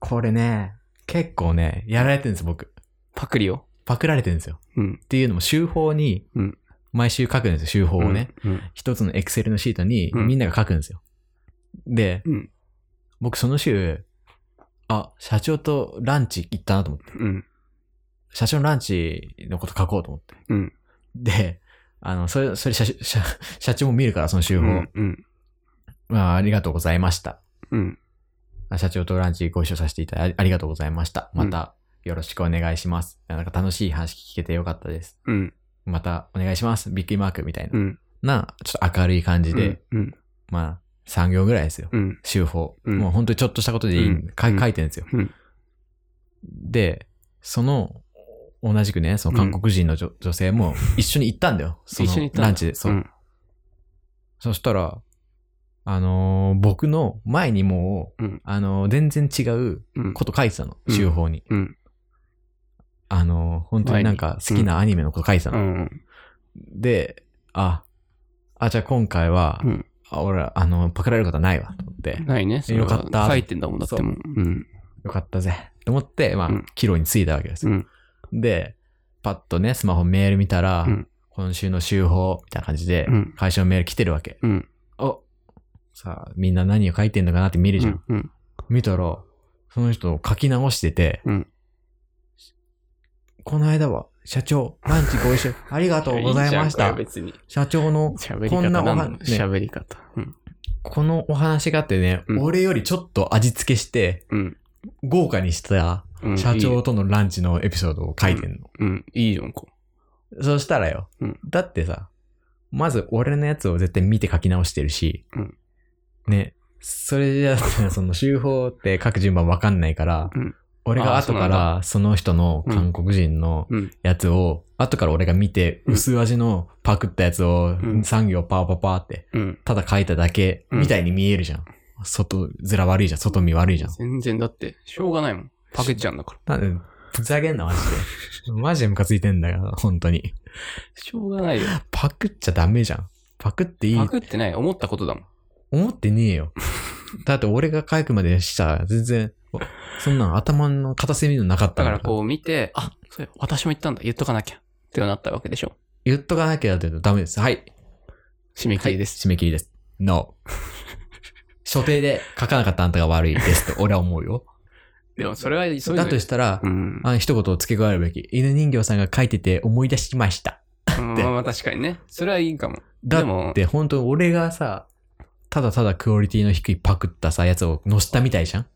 S2: これね、結構ね、やられてるんです、僕。
S1: パクリを。
S2: パクられてるんですよ。
S1: うん
S2: っ。ていうのも、集法に
S1: うん、
S2: 毎週書くんですよ、集法をね。
S1: うん。
S2: 一つのエクセルのシートに、
S1: うん
S2: みんなが書くんですよ。で、
S1: うん
S2: 僕その週、あ、社長とランチ行ったなと思って。
S1: うん。
S2: 社長のランチのこと書こうと思って。
S1: うん
S2: で、あの、それ、それ社、社、社長も見るから、その集
S1: う
S2: 報。
S1: ん。うん。
S2: まあ、ありがとうございました。
S1: うん。
S2: 社長とランチご一緒させていただいてありがとうございました。また、よろしくお願いします。なんか楽しい話聞けてよかったです。
S1: うん。
S2: また、お願いします。びっくりマークみたいな。
S1: うん。
S2: な、ちょっと明るい感じで、
S1: うん。
S2: まあ、3行ぐらいですよ。
S1: うん。
S2: 集法。
S1: うん
S2: もう本当にちょっとしたことでいい、
S1: うん
S2: か
S1: うん
S2: 書いてるんですよ。
S1: うん
S2: で、その、同じくね、その韓国人の女,、女性も一緒に行ったん だよ。そ
S1: 一緒に
S2: の
S1: 行ったんだ
S2: ランチで。そう。
S1: ん。
S2: そしたら、あのー僕の前にもう、
S1: うん
S2: あのー全然違う
S1: うん。
S2: こと書いてたの。
S1: うん
S2: 集法に。
S1: うん。
S2: あのー本当になんか好きなアニメのこと書いてた
S1: う
S2: の。
S1: ん。
S2: で、あ、あ、じゃあ今回は、
S1: うん
S2: あ俺ら、あのーパクられることはないわ、と思って。
S1: ないね。それは
S2: よかった
S1: 書いてんだもんだってもう。うん。
S2: よかったぜ。と思って、まあ
S1: うん、
S2: 帰路に着いたわけです
S1: う
S2: よ。
S1: ん。
S2: で、パッとね、スマホメール見たら、
S1: うん
S2: 今週の週報、みたいな感じで
S1: うん、
S2: 会社のメール来てるわけ。
S1: うん。
S2: おさあ、みんな何を書いてんのかなって見るじゃん。
S1: うん。
S2: 見たら、その人書き直してて、
S1: うん
S2: この間は、社長、ランチご一緒、ありがとうございまし
S1: や
S2: た
S1: じゃんこれ。別に。
S2: 社長の、
S1: 喋り
S2: こ
S1: 方
S2: ん
S1: な
S2: なお
S1: の
S2: 話、ね、
S1: 喋り方。うん。
S2: このお話があってね、
S1: うん
S2: 俺よりちょっと味付けして、
S1: うん
S2: 豪華にした
S1: うん。
S2: 社
S1: いい
S2: 長
S1: よ。
S2: とのランチのエピソードを書いてんの。
S1: うん。いいじゃん、こ
S2: そしたらよ、
S1: うん
S2: だってさ、まず俺のやつを絶対見て書き直してるし、
S1: うん
S2: ね、それじゃあ、その集法って書く順番わかんないから、
S1: うん
S2: 俺
S1: あ
S2: が
S1: ー
S2: 後
S1: そうな
S2: か
S1: んだ
S2: らその人の韓国人の
S1: うん
S2: やつを、後から俺が見て、
S1: うん
S2: 薄味のパクったやつを
S1: うん
S2: 産業パーパーパーって、
S1: う。うん。
S2: ただ書いただけみたいに見えるじゃん。外、面悪いじゃん。外見悪いじゃん。
S1: 全然だって、しょうがないもん。パクっちゃうんだから。
S2: なんで、ふざけんな、マジで。 マジでムカついてんだよ、本当に。
S1: しょうがないよ。
S2: パクっちゃダメじゃん。パクっていい
S1: パクってない。思ったことだもん。
S2: 思ってねえよ。だって俺が書くまでしたら全然、おそんなん頭の片隅のなかった
S1: だからこう見て、あ、そうや、私も言ったんだ。言っとかなきゃ。ってなったわけでしょ。
S2: 言っとかなきゃだけどダメです。はい。
S1: 締め切
S2: はい、
S1: りです。
S2: 締め切りです。No. 所定で書かなかったあんたが悪いですって俺は思うよ。
S1: でもそれは、そういう
S2: だ
S1: の
S2: としたら、
S1: うん。
S2: あ一言付け加えるべき。犬人形さんが書いてて思い出しました。
S1: うんまあまあ確かにね。それはいいかも。
S2: だ
S1: でも
S2: って本当に俺がさ、ただただクオリティの低いパクったさ、やつを乗せたみたいじゃん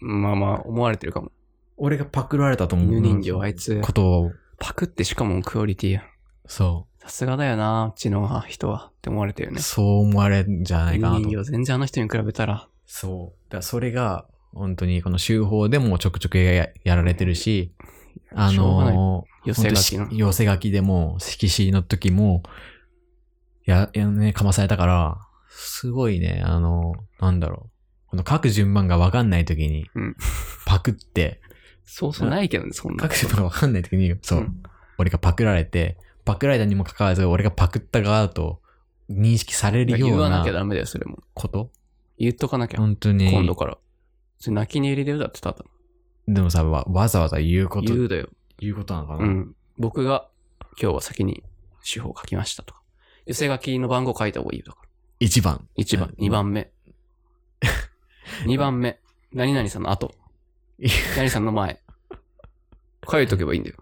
S1: まあまあ、思われてるかも。
S2: 俺がパクられたと思う。
S1: 犬人形、あいつ、
S2: ことを、
S1: パクってしかもクオリティや。
S2: そう。
S1: さすがだよな、うちの人は。って思われてるね。
S2: そう思われるんじゃないかな
S1: 犬
S2: と
S1: 人。形、全然あの人に比べたら。
S2: そう。だからそれが、本当にこの集法でもちょくちょくややられてるし、あ
S1: しょうがない
S2: の
S1: 寄
S2: ー、
S1: せ書きの
S2: 本当に寄せ書きでも、色紙の時も、や、やね、かまされたから、すごいね、あのー、なんだろう。この書く順番がわかんない時に
S1: うん、
S2: パクって、
S1: そうそうないけどね、そんな
S2: 書。く順番がわかんない時に、そう、
S1: うん
S2: 俺がパクられて、パクられたにもかかわらず、俺がパクった側だと認識されるよ
S1: 言
S2: う
S1: わ
S2: な
S1: なきゃダメだよ、それも。
S2: こと
S1: 言っとかなきゃ。
S2: 本当に。
S1: 今度から。それ泣き寝入りだよ、だってただの。
S2: でもさ、わわざわざ言うこと、
S1: 言うだよ。
S2: 言うことなのか
S1: う
S2: な、
S1: ん。僕が今日は先に手法を書きましたとか。寄せ書きの番号書いた方がいいよだから。
S2: 一番。
S1: 1番、
S2: うん
S1: 2番 目。2番目。何々さんの後
S2: いや。
S1: 何々さんの前。書いとけばいいんだよ。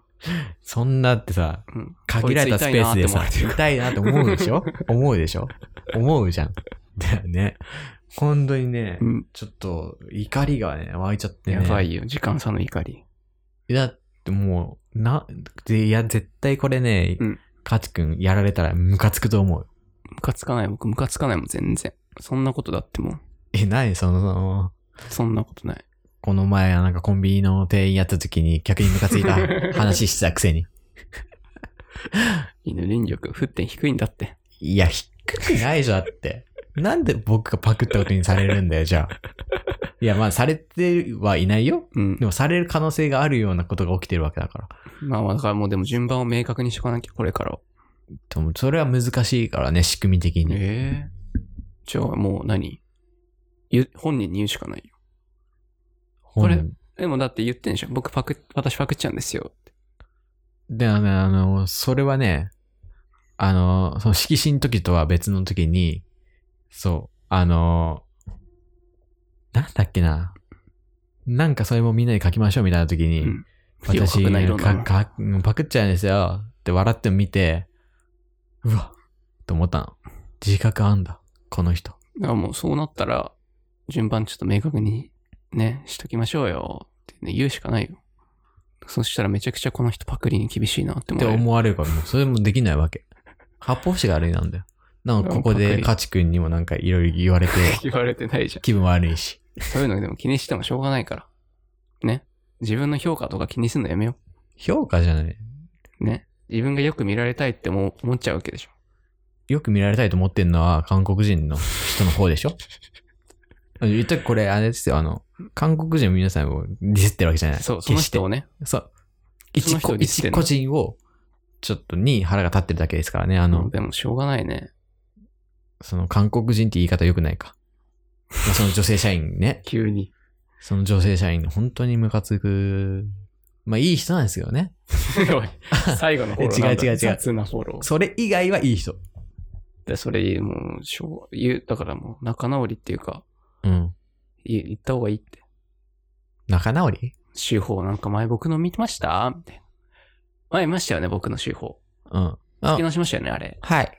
S2: そんなってさ、
S1: うん。
S2: 限られたスペースでさ
S1: こいつ、 痛いなって思われてる
S2: 痛いなって思うでしょ思うでしょ思うじゃん。だよね。本当にね、
S1: うん。
S2: ちょっと怒りがね、湧いちゃって、
S1: や
S2: ね。
S1: ばいよ。時間差の怒り。
S2: だってもう、な、でいや、絶対これね
S1: うん、
S2: カチ君やられたらムカつくと思う。
S1: ムカつかない。僕ムカつかないもん、全然。そんなことだってもう。
S2: え、何その、その
S1: そんなことない。
S2: この前、なんかコンビニの店員やった時に客にムカついた話してたくせに。
S1: 犬人力、沸点低いんだって。
S2: いや、低くないじゃんって。なんで僕がパクったことにされるんだよ、じゃあ。いや、まあ、されてはいないよ。
S1: うん
S2: で。も、される可能性があるようなことが起きてるわけだから。
S1: まあまあ、だからもうでも順番を明確にしとかなきゃ、これからは。
S2: でも、それは難しいからね、仕組み的に。
S1: ええじゃあもう何ゆ本人に言うしかないよ。
S2: これ
S1: これ、でもだって言ってんでしょ僕パク、私パクっちゃうんですよ。
S2: で、あのね、あの、それはね、あの、その色紙の時とは別の時に、そう、あの、なんだっけな。なんかそれもみんなで書きましょうみたいな時に、
S1: うん
S2: 私
S1: いや書くな色んなの
S2: かかパクっちゃうんですよって笑って見て、うわと思ったの。自覚あんだ、この人。
S1: だからもうそうなったら、順番ちょっと明確にね、しときましょうよってね、言うしかないよ。そしたらめちゃくちゃこの人パクリに厳しいなって
S2: っ
S1: 思
S2: て
S1: う。
S2: 思われるから、もうそれもできないわけ。発泡酒が悪いなんだよ。なんかここ
S1: うんパク
S2: で
S1: リ
S2: カチ君にもなんかいろいろ言われて、
S1: 言われてないじゃ
S2: 気分悪いし。
S1: ん。そういうのでも気にしてもしょうがないから。ね。自分の評価とか気にするのやめよ
S2: 評価じゃない。
S1: う。ね。自分がよく見られたいって思思っちゃうわけでしょ。
S2: よく見られたいと思ってんのは韓国人の人の方でしょ 言ったこれあれですよ、あの、韓国人の皆さんをディスってるわけじゃない。
S1: そう、その人を
S2: 決
S1: ね。
S2: してそう。
S1: その
S2: 一
S1: 人
S2: 個
S1: をディスって
S2: 一
S1: んの
S2: 個人を、ちょっとに腹が立ってるだけですからね。あ
S1: あ
S2: の、
S1: の、でもしょうがないね。
S2: その韓国人って言い方良くな いか。まあその女性社員ね。
S1: 急に。
S2: その女性社員、本当にムカつく。まあいい人なんですよね。
S1: おい 最後のフォローなんだ
S2: 違う違う違う
S1: 雑なフォロー。
S2: それ以外はいい人。
S1: で、それ、もう、しょう、言う、だからもう、仲直りっていうか、
S2: うん。
S1: い言った方がいいって。
S2: 仲直り
S1: 手法なんか前僕の見てましたみたいな。前見ましたよね、僕の手法。
S2: うん。
S1: 聞
S2: あ
S1: き、直しましたよね、あれ。
S2: はい。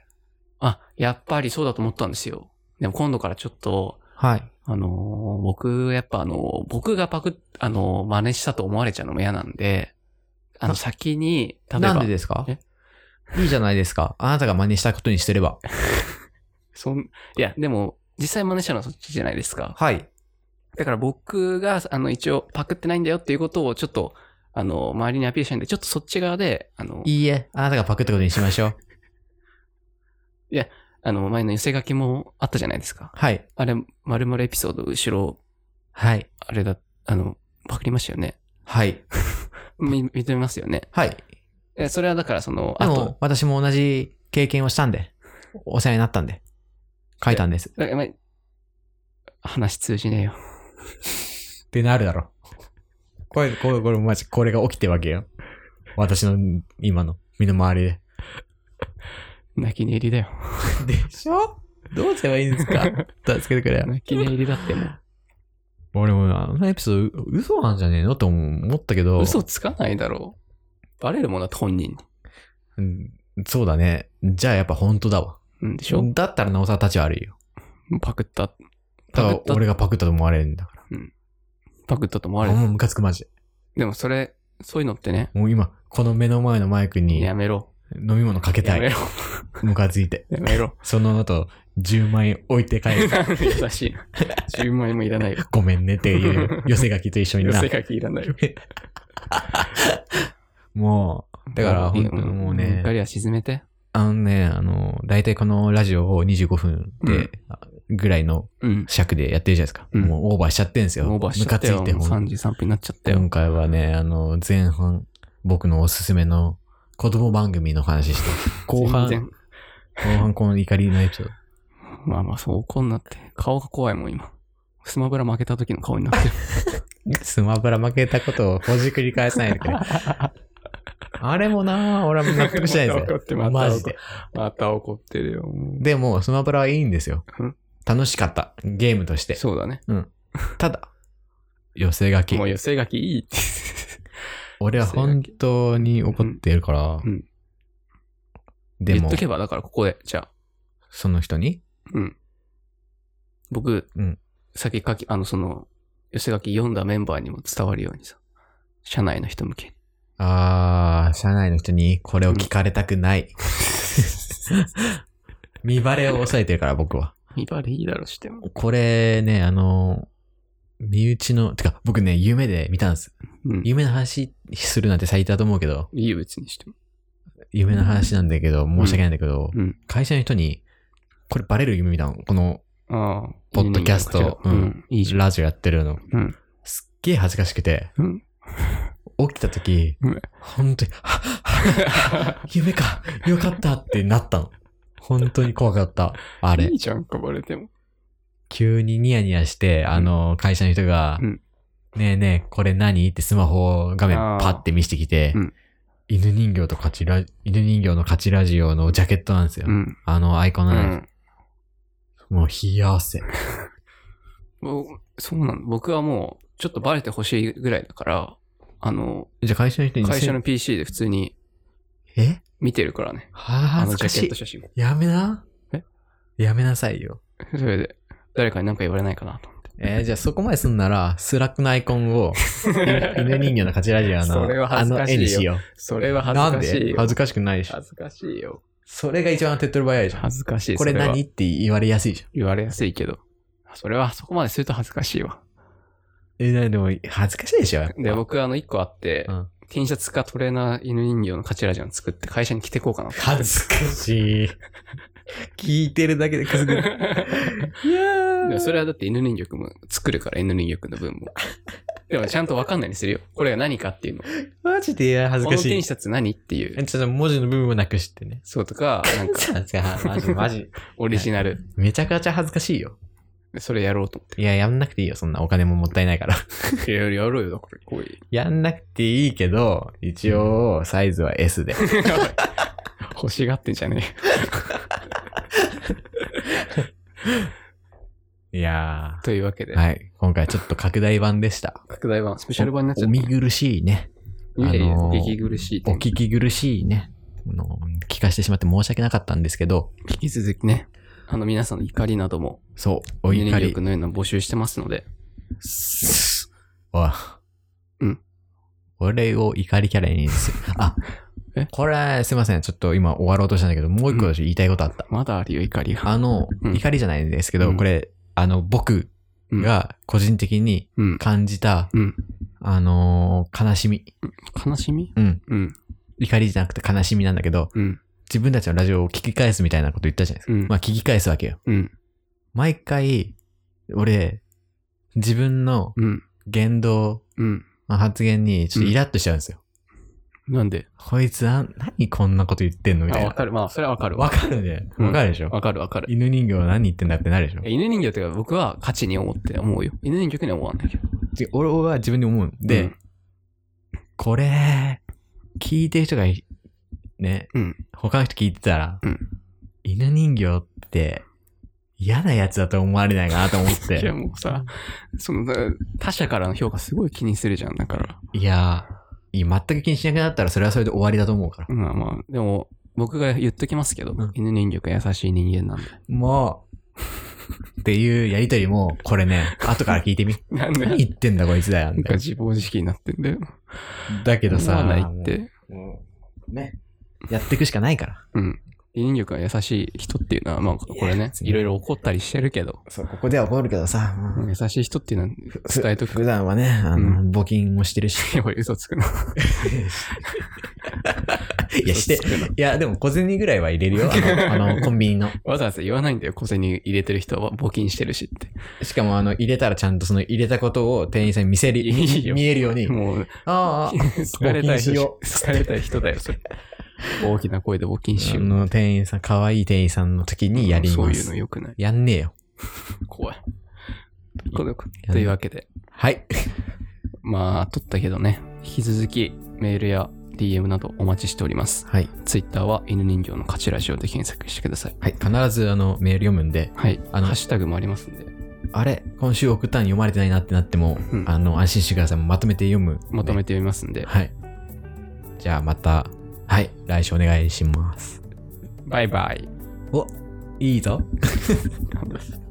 S1: あ、やっぱりそうだと思ったんですよ。でも今度からちょっと、
S2: はい。
S1: あのー僕、やっぱあのー僕がパクッ、あのー真似したと思われちゃうのも嫌なんで、あの、先に、例えば、
S2: なんでですか
S1: え
S2: いいじゃないですか。あなたが真似したことにしてれば。
S1: そん、いや、でも、実際真似したのはそっちじゃないですか。
S2: はい。
S1: だから僕が、あの、一応、パクってないんだよっていうことを、ちょっと、あの、周りにアピールしたいんで、ちょっとそっち側で、あの、
S2: いいえ、あなたがパクったことにしましょう。
S1: あの、前の寄せ書きもあったじゃないですか。
S2: はい。
S1: あれ、まるまるエピソード、後ろ、
S2: はい。
S1: あれだ、あの、パクりましたよね。
S2: はい。
S1: み、認めますよね。
S2: はい。
S1: えそれはだから、その、
S2: で
S1: あと
S2: も、、私も同じ経験をしたんで、お世話になったんで、書いたんです。っ
S1: だからま話通じねえよ。
S2: てなるだろ。これ、これ、これ、マジ、これが起きてるわけよ。私の、今の、身の回りで。
S1: 泣き寝入りだよ。
S2: でしょどうすればいいんですか助けてくれよ。
S1: 泣き寝入りだって も
S2: 俺も、あのエピソード、嘘なんじゃねえのと思ったけど。
S1: う、嘘つかないだろう。バレるもんだって本人に。
S2: うんそうだね。じゃあやっぱ本当だわ。
S1: うんでしょ
S2: だったらなおさら立ち悪いよ。
S1: パクった、
S2: だ
S1: パ
S2: か
S1: クっ
S2: ら
S1: た
S2: 俺がパクったと思われるんだか
S1: パクったと思わ
S2: ら。
S1: れる。
S2: もうムカつくマジで。
S1: でもそれ、そういうのってね、
S2: もう今、この目の前のマイクに
S1: や
S2: 飲
S1: めろ。
S2: み物かけ
S1: や
S2: た
S1: め
S2: い
S1: ろ。。
S2: ムカついて。
S1: やめろ。
S2: その後、10万円置いて帰 る。
S1: 優しいな。10万円もいら ないよ。
S2: ごめんねっていう寄せ書きと一緒に
S1: 寄
S2: な
S1: せ。書きいらないよ。
S2: もう、だから本当にもうね
S1: 怒、りは沈めて。
S2: あのね、あの、大体このラジオを25分で、ぐらいの
S1: うん。
S2: 尺でやってるじゃないですか。
S1: うん
S2: もうオーバーしちゃってんですよ。
S1: オーバーしちゃったよ。
S2: ム
S1: もう
S2: カついて、ほんと
S1: 33分になっちゃったよ
S2: 今。回はね、あの、前半、僕のおすすめの子供番組の話して、後 半、
S1: 全然
S2: 後。半この怒りのエピソード。
S1: まあまあ、そう怒んなって。顔が怖いもん、今。スマブラ負けた時の顔になってる。
S2: スマブラ負けたことをほじくり返さないでくれ。あれもな俺は納得してないです
S1: ま
S2: よ。
S1: た 怒ってまた怒って
S2: マジで。
S1: また怒ってるよ。もう
S2: でも、スマブラはいいんですよ
S1: うん。
S2: 楽しかった。ゲームとして。
S1: そうだね。
S2: ただ、寄せ書き
S1: も。う寄せ書きいいって。
S2: 俺は本当に怒ってるから
S1: うんうん。
S2: で
S1: 言っ
S2: も
S1: と、けば、だからここで、じゃあ。
S2: その人に
S1: うん。僕、
S2: うん
S1: 先書き、あの、その、寄せ書き読んだメンバーにも伝わるようにさ、社内の人向けに。
S2: あー、社内の人にこれを聞かれたく ない。見バレを抑えてるから僕は。
S1: 見バレいいだろ、しても。
S2: これね、あの、身内の、てか僕ね、夢で見たんです。
S1: うん。い
S2: 夢の話するなんて最低だと思うけど、
S1: いよ、別にしても。
S2: 夢の話なんだけど、申し訳ないんだけど、
S1: うん。
S2: 会社の人に、これバレる夢見たのこの
S1: ああ。
S2: ポッドキャスト
S1: いいね
S2: うん
S1: うん。いいじゃん。
S2: ラジオやってるの。
S1: うん。
S2: すっげえ恥ずかしくて、
S1: うん。
S2: 起きた時
S1: うん、
S2: 本 当に、はっはっは夢か、よかったってなったの。本当に怖かった。あれ
S1: いい。じゃんか、バレても。
S2: 急にニヤニヤして、あの、会社の人が、
S1: うん
S2: ねえねえ、これ何ってスマホを画面
S1: あー
S2: パッて見せてきて、
S1: うん
S2: 犬人形と勝ちラ、犬人形の勝ちラジオのジャケットなんですよ。
S1: うん。
S2: あのアイコン
S1: う
S2: のや
S1: ん。
S2: つ、もう冷や汗。
S1: もうそうなの。僕はもう、ちょっとバレてほしいぐらいだから、あの、
S2: じゃあ会社の人に
S1: 会社
S2: せ
S1: の PC で普通に
S2: え
S1: 見てるからね。あ
S2: 恥
S1: の
S2: ず
S1: ジ
S2: か
S1: ャ
S2: し
S1: ケッ
S2: い
S1: ト。写真。
S2: やめな。
S1: え
S2: やめなさいよ。
S1: それで、誰かに何か言われないかなと思って。
S2: えーじゃあそこまですんなら、スラックのアイコンを、犬人形の勝ちラジオ
S1: それは
S2: の、あ
S1: 恥ず
S2: の
S1: かしいよ
S2: 絵にしよう。
S1: それは
S2: な
S1: 恥
S2: ん
S1: ずかしい
S2: で
S1: よ。
S2: 恥ずかしくないでしょ。
S1: 恥ずかしいよ。
S2: それが一番手っ取り早いじゃん。
S1: 恥ずかしい。
S2: これ
S1: そは
S2: 何って言われやすいじゃん。
S1: 言われやすいけど。それはそこまですると恥ずかしいわ。
S2: え、なでも恥ずかしいでしょ。
S1: で、僕あの一個あって、
S2: うん
S1: T シャツかトレーナー犬人形のカチラジャン作って会社に着てこうかな と。
S2: 恥ずかしい。聞いてるだけでくすぐる。 いや
S1: でも
S2: ー
S1: それはだって犬人形くんも作るから犬人形くんの分も。でもちゃんとわかんないようにするよ。これが何かっていうの。
S2: マジで恥ず
S1: こ
S2: か
S1: の
S2: し
S1: T
S2: い。
S1: シャツ何ってい
S2: え
S1: う。
S2: ちょっと文字の部分をなくしてね。
S1: そうとか、なんか
S2: じゃあマジマジ。
S1: オリジナル。
S2: めちゃくちゃ恥ずかしいよ。
S1: でそれやろうと思
S2: いや、やんなくていいよ。そんなお金ももったいないから。
S1: って。いややろうよ、だからこういう。
S2: やんなくていいけど、一応、サイズは S で。
S1: 欲しがってんじゃねえよ
S2: いや
S1: というわけで、
S2: ー。はい。今回ちょっと拡大版でした。
S1: 拡大版、スペシャル版になっちゃ
S2: お
S1: っ
S2: 見苦しいね。
S1: た。いやいや
S2: あのー
S1: 激苦しい。
S2: お聞き苦しいね。あの聞かしてしまって申し訳なかったんですけど、
S1: 引き続きね、あの皆さんの怒りなども、
S2: そう、お
S1: 犬
S2: 怒
S1: 人
S2: り
S1: 形く。んのような募集してますので、
S2: おい。
S1: うん。
S2: 俺を怒りキャラ にする。あ
S1: え、
S2: これ、すいません。ちょっと今終わろうとしたんだけど、もう一個言いたいことあった。
S1: まだあるよ、怒りが。
S2: あの、
S1: うん
S2: 怒りじゃないんですけど、
S1: うん
S2: これ、あの、僕が個人的に
S1: うん。
S2: 感じた、
S1: うん。
S2: あのー悲しみ。
S1: 悲しみ
S2: うん。
S1: うん。
S2: 怒りじゃなくて悲しみなんだけど、
S1: うん。
S2: 自分たちのラジオを聞き返すみたいなこと言ったじゃないですか。
S1: うん
S2: まあ、聞き返すわけよ。
S1: うん。
S2: 毎回、俺、自分の
S1: うん。
S2: 言動、
S1: うん。
S2: まあ発言に、ちょっとイラッとしちゃうんですよ。
S1: なんで
S2: こいつ、あん何こんなこと言ってんの
S1: あ、
S2: みたいな。
S1: わかる。まあ、それはわかるわ。
S2: わかるね。
S1: うん
S2: わかるでしょ、
S1: わかるわかる。
S2: 犬人形何言ってんだってなるでしょ
S1: 犬人形ってか僕は価値に思って思うよ。犬人形には思わないけど。
S2: で俺は自分で思うの。で、
S1: うん
S2: これ、聞いてる人がい、ね、
S1: うん
S2: 他の人聞いてたら、
S1: うん
S2: 犬人形って嫌なやつだと思われないかなと思っ
S1: いや
S2: て。
S1: もうさ、その、だから他者からの評価すごい気にするじゃん、だから。
S2: いやーいい、全く気にしなくなったらそれはそれで終わりだと思うから。
S1: まあまあ、でも、僕が言っときますけど、
S2: うん
S1: 犬人形が優しい人間なんで。
S2: もう、っていうやりとりも、これね、後から聞いてみ。
S1: なん で、な
S2: 何言ってんだこいつだよ。
S1: んか自暴自棄になってんだよ。
S2: だけど
S1: 思わ
S2: さ、
S1: ないって。
S2: もうね、やっていくしかないから。
S1: うん。人力が優しい人っていうのは、まあ、これね、
S2: 別に
S1: いろいろ怒ったりしてるけど、
S2: そう、ここでは怒るけどさ、もう
S1: 優しい人っていうのは伝えとく。
S2: 普段はね、あの、募金もし てるし。
S1: いや、嘘つくな。
S2: いや、して
S1: 嘘、つくない
S2: や、でも小銭ぐらいは入れるよ。あの、あのコンビニの。
S1: わざわざ言わないんだよ、小銭入れてる人は募金してるしっ
S2: しかも、あの、入れたらちゃんとその入れたことを店員さんに見せる、
S1: いいよ
S2: 見えるように
S1: て。。もう、
S2: ああ、
S1: 疲れたい
S2: 募金し
S1: 人
S2: よ、
S1: 疲れたい人だよ、それ。大きな声で募金し
S2: あ
S1: よう。
S2: の、店員さん、可愛い店員さんの時にやります。
S1: そういうの良くない。
S2: やんねえよ。
S1: 怖い。このというわけで、
S2: はい。
S1: まあ、撮ったけどね、引き続きメールや DM などお待ちしております。
S2: はい。
S1: Twitter は犬人形の勝ちラジオで検索してください。
S2: はい。必ず、あの、メール読むんで、
S1: はい。
S2: あの
S1: ハッシュタグもありますんで、
S2: あれ、今週送ったのに読まれてないなってなっても、
S1: うん
S2: あの、安心してください。まとめて読む。
S1: まとめてみますんで、
S2: はい。じゃあまた、はい、来週お願いします。
S1: バイバイ。
S2: お、いいぞ。
S1: 頑張ります